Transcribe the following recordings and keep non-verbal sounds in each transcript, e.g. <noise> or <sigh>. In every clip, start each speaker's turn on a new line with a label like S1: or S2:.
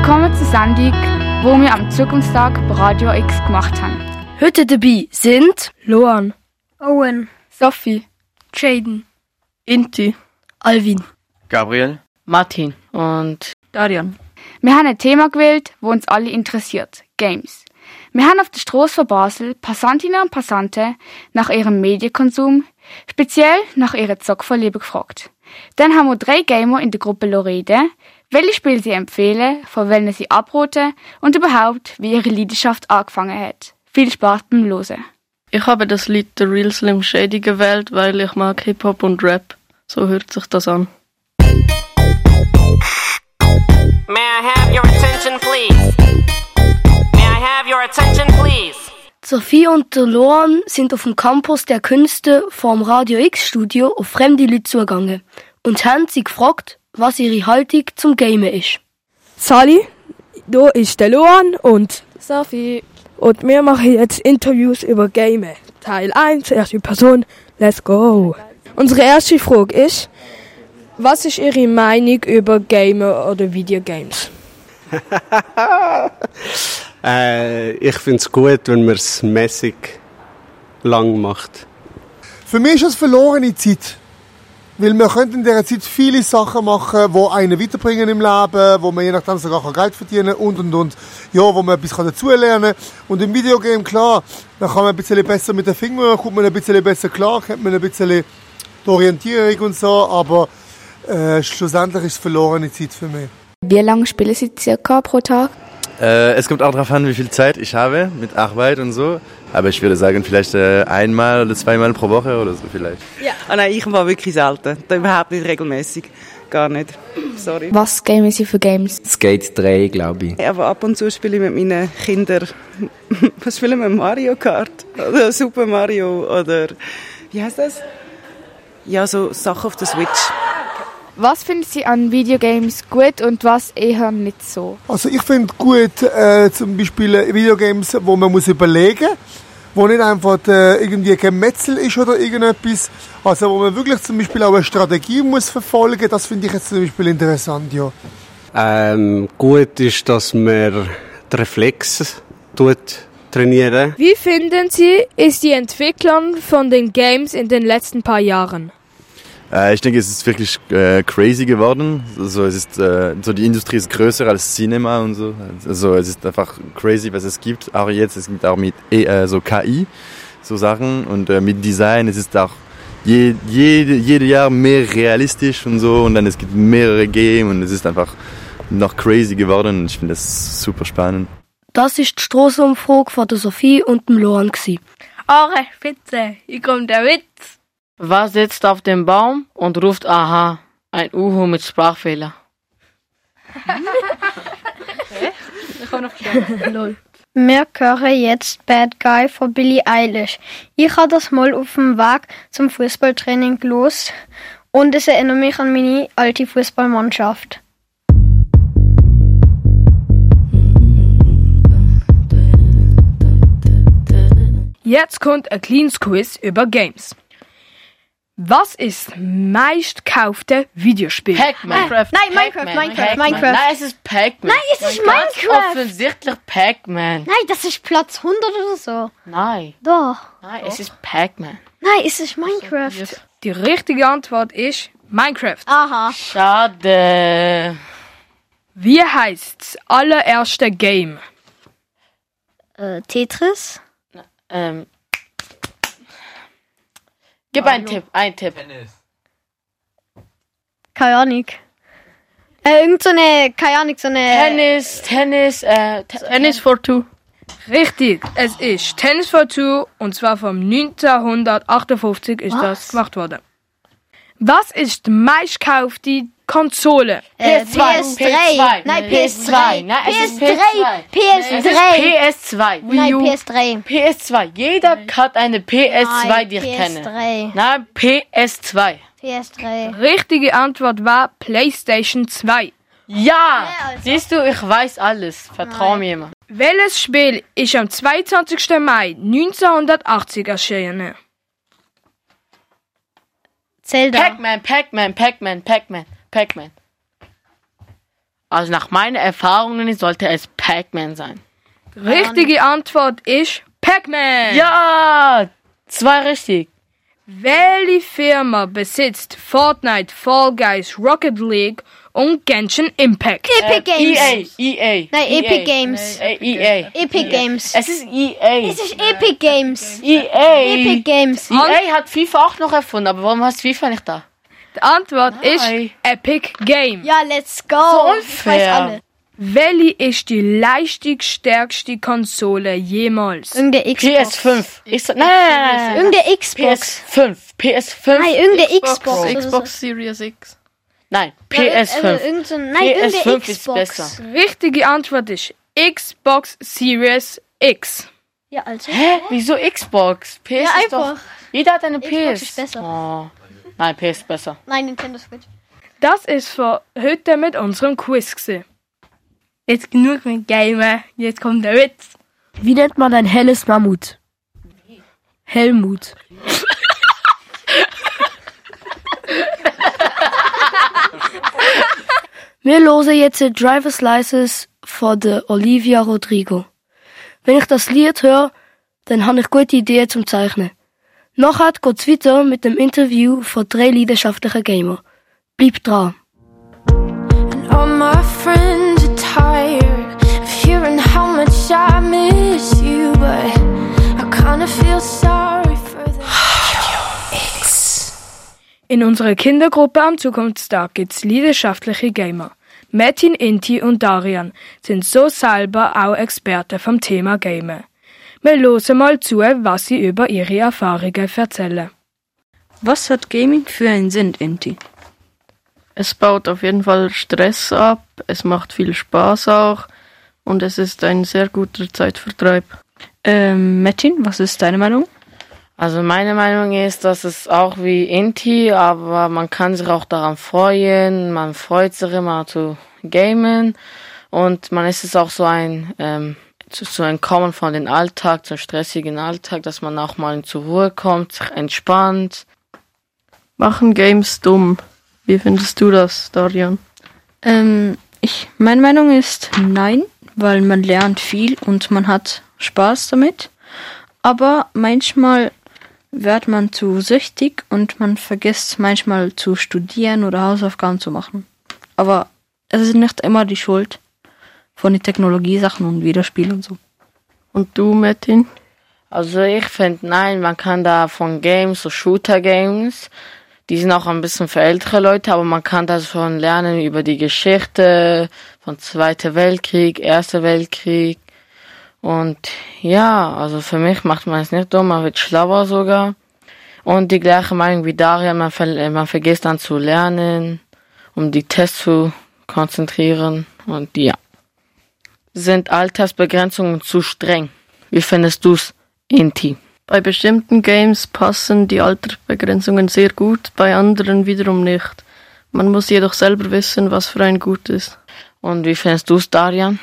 S1: Sendung, wo wir am Zukunftstag bei Radio X gemacht haben.
S2: Heute dabei sind Loan,
S3: Owen,
S4: Sophie,
S3: Jaden,
S5: Inti,
S2: Alvin,
S6: Gabriel,
S7: Martin und
S5: Darian.
S1: Wir haben ein Thema gewählt, wo uns alle interessiert. Games. Wir haben auf der Straße von Basel Passantinnen und Passanten nach ihrem Medienkonsum, speziell nach ihrer Zockvorliebe gefragt. Dann haben wir drei Gamer in der Gruppe Lorede, welche Spiele sie empfehlen, von welchen sie abraten und überhaupt, wie ihre Leidenschaft angefangen hat. Viel Spaß beim Losen.
S5: Ich habe das Lied The Real Slim Shady gewählt, weil ich mag Hip-Hop und Rap. So hört sich das an.
S8: May I have your attention, please? May I have your attention, please?
S2: Sophie und der Loan sind auf dem Campus der Künste vom Radio X Studio auf fremde Leute zugegangen und haben sie gefragt, was ihre Haltung zum Gamen ist.
S9: Sally, da ist der Luan und
S4: Sophie.
S9: und wir machen jetzt Interviews über Gamer. Teil 1, erste Person, let's go. Unsere erste Frage ist, was ist Ihre Meinung über Gamer oder Videogames?
S10: Äh, ich finde es gut, wenn man es mäßig lang macht.
S11: Für mich ist es verlorene Zeit. Weil man könnte in dieser Zeit viele Sachen machen, die einen weiterbringen im Leben, wo man je nachdem sogar kann Geld verdienen kann und und und. Ja, wo man etwas kann dazulernen kann. Und im Videogame, klar, dann kann man ein bisschen besser mit den Fingern, kommt man ein bisschen besser klar, kennt man ein bisschen die Orientierung und so, aber äh, schlussendlich ist es verlorene Zeit für mich.
S1: Wie lange spielen Sie circa pro Tag?
S12: Äh, es kommt auch darauf an, wie viel Zeit ich habe mit Arbeit und so. Aber ich würde sagen, vielleicht äh, einmal oder zweimal pro Woche oder so vielleicht.
S7: Ah nein, ich war wirklich selten. Überhaupt nicht regelmäßig. Gar nicht. Sorry.
S1: Was gamen Sie für Games?
S13: Skate 3, glaube ich.
S7: Aber ab und zu spiele ich mit meinen Kindern. <laughs> Was spielen wir? Mario Kart? Oder Super Mario? Oder. Wie heißt das? Ja, so Sachen auf der Switch.
S4: Was finden Sie an Videogames gut und was eher nicht so?
S11: Also ich finde gut äh, zum Beispiel äh, Videogames, wo man muss überlegen wo nicht einfach äh, irgendwie Gemetzel ist oder irgendetwas, also wo man wirklich zum Beispiel auch eine Strategie muss verfolgen, das finde ich jetzt zum Beispiel interessant, ja.
S10: Ähm, gut ist, dass man den Reflex tut, trainieren.
S9: Wie finden Sie, ist die Entwicklung von den Games in den letzten paar Jahren?
S12: Äh, ich denke, es ist wirklich äh, crazy geworden. Also es ist, äh, so die Industrie ist größer als Cinema und so. Also es ist einfach crazy, was es gibt. Auch jetzt, es gibt auch mit E- äh, so KI so Sachen und äh, mit Design. Es ist auch je, jede, jede Jahr mehr realistisch und so. Und dann es gibt mehrere Game und es ist einfach noch crazy geworden. Und ich finde das super spannend.
S2: Das ist die Strassenumfrage von der Sophie und dem Loan. gsi.
S3: Eure Spitze, hier kommt der Witz.
S7: Was sitzt auf dem Baum und ruft Aha? Ein Uhu mit Sprachfehler.
S3: Wir hören jetzt Bad Guy von Billie Eilish. Ich habe das mal auf dem Weg zum Fußballtraining gelost und es erinnert mich an meine alte Fußballmannschaft.
S9: Jetzt kommt ein kleines Quiz über Games. Was ist meistkaufte Videospiel?
S1: Äh,
S7: Pac-Man.
S3: Nein, Minecraft, Minecraft, Minecraft.
S7: Nein, es ist Pac-Man. Oh Nein,
S3: es ist Minecraft.
S7: Offensichtlich Pac-Man.
S3: Nein, das ist Platz 100 oder so.
S7: Nein,
S3: Doch.
S7: nein, es ist Pac-Man.
S3: Nein, es ist Minecraft.
S9: Die richtige Antwort ist Minecraft.
S3: Aha.
S7: Schade.
S9: Wie heißt's allererste Game?
S3: Äh, Tetris?
S7: Ähm. Gib einen Tipp, einen Tipp.
S3: Keine Ahnung. Äh, irgend so eine, keine Ahnung, so eine...
S7: Tennis, Tennis, äh, Te-
S5: Ennis for Two.
S9: Richtig, es ist Tennis for Two und zwar vom 1958 ist das gemacht worden. Was ist die meistkaufte Konsole?
S3: Äh,
S7: PS2. PS2.
S3: Nein,
S7: Nee.
S3: PS3.
S7: Nein, es ist
S3: PS3.
S7: Es
S3: PS3.
S7: ist PS2.
S3: Nein, PS3.
S7: PS2. Jeder hat eine PS2,
S3: Nein,
S7: die ich kenne.
S3: PS3.
S7: Nein, PS2.
S3: PS3.
S9: Richtige Antwort war PlayStation 2.
S7: Ja!
S3: also.
S7: Siehst du, ich weiß alles. Vertrau mir mal.
S9: Welches Spiel ist am 22. Mai 1980 erschienen?
S3: Zelda.
S7: Pac-Man, Pac-Man, Pac-Man, Pac-Man, Pac-Man. Also nach meinen Erfahrungen sollte es Pac-Man sein.
S9: Richtige Antwort ist Pac-Man.
S7: Ja, zwei richtig.
S9: Welche Firma besitzt Fortnite, Fall Guys, Rocket League und Genshin Impact?
S7: Äh,
S3: Epic
S7: E
S3: Games.
S7: EA. EA.
S3: Nein, Epic Games.
S7: E Nein, EA.
S3: Epic Games.
S7: Es ist E EA.
S3: Es ist Epic Games.
S7: E EA.
S3: Epic Games.
S7: EA E hat FIFA auch noch erfunden, aber warum heißt FIFA nicht da?
S9: Die Antwort ist Epic Game.
S3: Ja, let's go.
S7: So unfair.
S3: Oh, Ich weiß alle.
S9: Welche ist die leistungsstärkste Konsole jemals?
S3: Irgendeine Xbox.
S7: PS5. Ich sag, nein, nein, nein, nein.
S3: Irgendeine Xbox.
S7: PS5. PS5.
S3: Nein, irgendeine Xbox.
S5: Xbox Series X.
S7: Nein,
S3: Ja, irgend-
S7: PS5.
S3: also irgend so ein- nein, irgendeine
S7: PS5 ist
S3: Xbox.
S7: besser.
S9: Richtige Antwort ist Xbox Series X.
S3: Ja, also.
S7: Hä? Wieso Xbox? PS
S3: Ja,
S7: ist doch...
S3: einfach.
S7: Jeder hat eine PS.
S3: Xbox ist besser.
S7: Oh. Nein, PS ist besser.
S3: Nein, Nintendo Switch.
S9: Das ist für heute mit unserem Quiz. Gewesen. Jetzt genug mit Gamer, jetzt kommt der Witz.
S2: Wie nennt man ein helles Mammut? Helmut. Wir lose jetzt die Driver's License von der Olivia Rodrigo. Wenn ich das Lied höre, dann habe ich gute Ideen zum Zeichnen. Nachher geht's weiter mit dem Interview von drei leidenschaftlichen Gamer. Bleib dran.
S14: All my friends are tired of hearing how much I miss you, but I kinda feel sorry for them.
S9: In unserer Kindergruppe am Zukunftstag gibt's leidenschaftliche Gamer. Martin, Inti und Darian sind so selber auch Experten vom Thema Gamer. Wir hören mal zu, was sie über ihre Erfahrungen erzählen.
S15: Was hat Gaming für einen Sinn, Inti?
S5: Es baut auf jeden Fall Stress ab, es macht viel Spaß auch und es ist ein sehr guter Zeitvertreib.
S15: Ähm, Martin, was ist deine Meinung?
S7: Also meine Meinung ist, dass es auch wie Inti, aber man kann sich auch daran freuen, man freut sich immer zu gamen und man ist es auch so ein ähm, zu, zu entkommen von dem Alltag, zum stressigen Alltag, dass man auch mal zur Ruhe kommt, sich entspannt.
S5: Machen Games dumm. Wie findest du das, Darian?
S15: Ähm, ich, meine Meinung ist nein, weil man lernt viel und man hat Spaß damit. Aber manchmal wird man zu süchtig und man vergisst manchmal zu studieren oder Hausaufgaben zu machen. Aber es ist nicht immer die Schuld von den Technologiesachen und Videospielen und so.
S5: Und du, Martin?
S7: Also ich finde, nein, man kann da von Games, so Shooter-Games, die sind auch ein bisschen für ältere Leute, aber man kann das schon lernen über die Geschichte von Zweiter Weltkrieg, Erster Weltkrieg. Und ja, also für mich macht man es nicht dumm, man wird schlauer sogar. Und die gleiche Meinung wie Darian, man, ver äh, man vergisst dann zu lernen, um die Tests zu konzentrieren. Und ja, sind Altersbegrenzungen zu streng? Wie findest du's, Inti?
S5: Bei bestimmten Games passen die Altersbegrenzungen sehr gut, bei anderen wiederum nicht. Man muss jedoch selber wissen, was für ein gut ist.
S7: Und wie findest du's, Darian?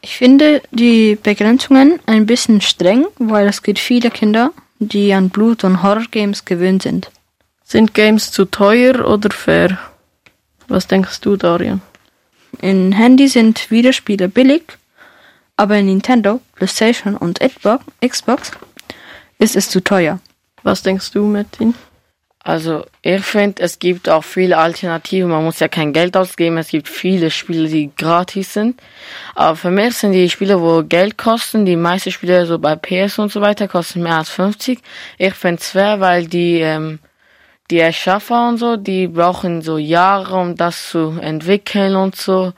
S15: Ich finde die Begrenzungen ein bisschen streng, weil es gibt viele Kinder, die an Blut- und Horror-Games gewöhnt sind.
S5: Sind Games zu teuer oder fair? Was denkst du, Darian?
S15: In Handy sind Videospiele billig, aber in Nintendo, PlayStation und Xbo- Xbox ist es zu teuer.
S5: Was denkst du, Martin?
S7: Also, ich finde, es gibt auch viele Alternativen. Man muss ja kein Geld ausgeben. Es gibt viele Spiele, die gratis sind. Aber für mich sind die Spiele, wo Geld kosten, die meisten Spiele, so bei PS und so weiter, kosten mehr als 50. Ich finde es fair, weil die, ähm, die Erschaffer und so, die brauchen so Jahre, um das zu entwickeln und so.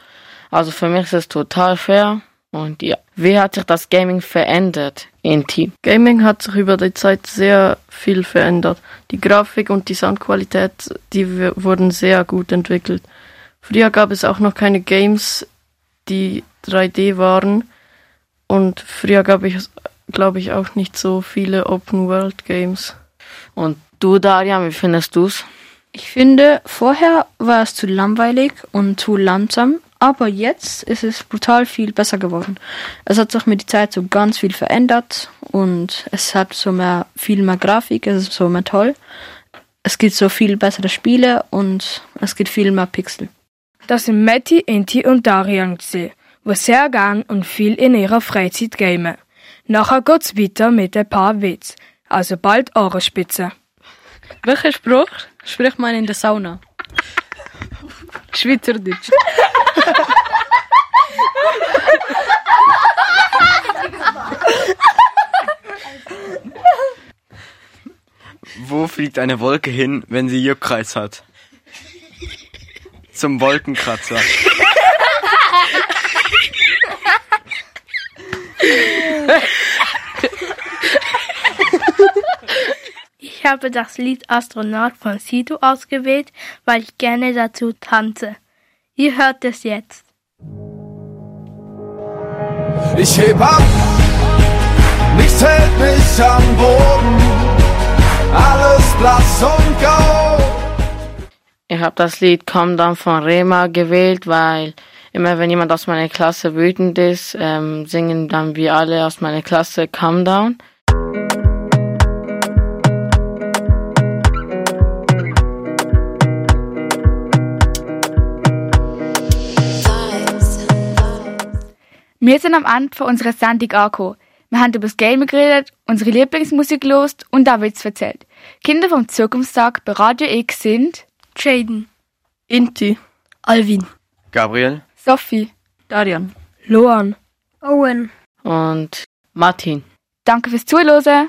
S7: Also für mich ist es total fair. Und ja. Wie hat sich das Gaming verändert? Inti.
S5: Gaming hat sich über die Zeit sehr viel verändert. Die Grafik und die Soundqualität, die w- wurden sehr gut entwickelt. Früher gab es auch noch keine Games, die 3D waren. Und früher gab ich, glaube ich, auch nicht so viele Open-World-Games.
S7: Und du, Darian, wie findest du's?
S15: Ich finde, vorher war es zu langweilig und zu langsam, aber jetzt ist es brutal viel besser geworden. Es hat sich mit der Zeit so ganz viel verändert und es hat so mehr, viel mehr Grafik, es ist so mehr toll. Es gibt so viel bessere Spiele und es gibt viel mehr Pixel.
S9: Das sind Matti, Inti und Darian gewesen, die sehr gern und viel in ihrer Freizeit gamen. Nachher geht's weiter mit ein paar Witz, also bald Ohrenspitze.
S16: Welchen Spruch spricht man in der Sauna? Schweizerdeutsch.
S8: Wo fliegt eine Wolke hin, wenn sie Juckreiz hat? Zum Wolkenkratzer.
S3: Ich habe das Lied Astronaut von Sido ausgewählt, weil ich gerne dazu tanze. Ihr hört es jetzt.
S12: Ich heb ab, nichts hält mich am Boden, alles blass und grau.
S7: Ich habe das Lied Komm dann von Rema gewählt, weil immer wenn jemand aus meiner Klasse wütend ist, ähm, singen dann wir alle aus meiner Klasse Calm Down.
S1: Wir sind am Ende von unserer Sendung angekommen. Wir haben über das Game geredet, unsere Lieblingsmusik gelost und auch Witz erzählt. Kinder vom Zukunftstag bei Radio X sind Jaden,
S17: Inti,
S18: Alvin,
S8: Gabriel.
S1: Sophie,
S16: Darian,
S9: Loan,
S19: Owen.
S7: Und Martin.
S1: Danke fürs Zuhören.